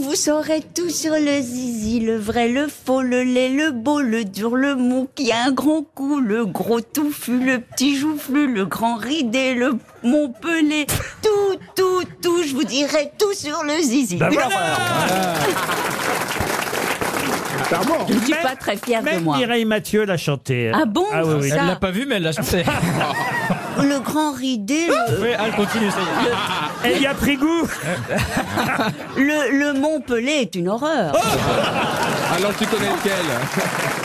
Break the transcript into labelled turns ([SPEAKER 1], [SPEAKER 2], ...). [SPEAKER 1] vous saurez tout sur le zizi, le vrai, le faux, le laid, le beau, le dur, le mou, qui a un grand cou, le gros touffu, le petit joufflu, le grand ridé, le montpelé. Tout, tout, tout, je vous dirai tout sur le zizi.
[SPEAKER 2] Pardon.
[SPEAKER 1] Je ne suis pas très fière de
[SPEAKER 2] Même
[SPEAKER 1] moi.
[SPEAKER 2] Mireille Mathieu l'a chanté.
[SPEAKER 1] Ah bon,
[SPEAKER 2] Ah oui, oui.
[SPEAKER 1] ça
[SPEAKER 3] Elle l'a pas vu, mais elle l'a chanté.
[SPEAKER 1] Le grand ridé, le,
[SPEAKER 3] oui, elle continue, ça y est.
[SPEAKER 2] Elle y a pris goût.
[SPEAKER 1] le, le Montpelé est une horreur.
[SPEAKER 4] Alors tu connais lequel